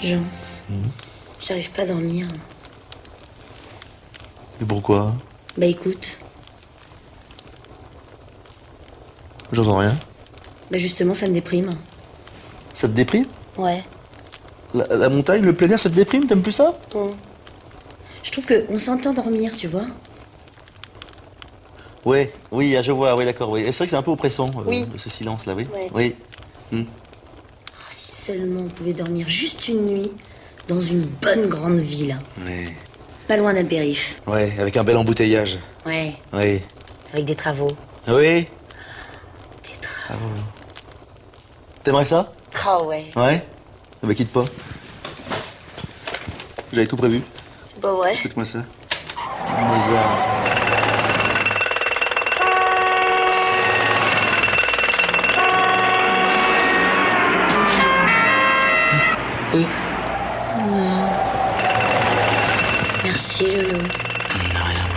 Jean, Hmm. j'arrive pas à dormir. Et pourquoi Bah écoute, J'entends rien. bah justement ça me déprime. Ça te déprime Ouais. la, la montagne, le plein air, ça te déprime T'aimes plus ça Bon. Je trouve que on s'entend dormir, tu vois. Ouais, oui, ah, je vois, oui, d'accord. Oui. Et C'est vrai que c'est un peu oppressant, euh, Oui. ce silence-là, oui. Ouais. Ah, Oui. si seulement on pouvait dormir juste une nuit dans une bonne grande ville, Ouais. pas loin d'un périph. Ouais, avec un bel embouteillage. Ouais, Oui. avec des travaux. Oui Des travaux. T'aimerais ça Ah ouais. Ouais Ne me quitte pas. J'avais tout prévu. C'est pas vrai. Écoute-moi ça. Mozart. Merci Lolo. Euh, De rien.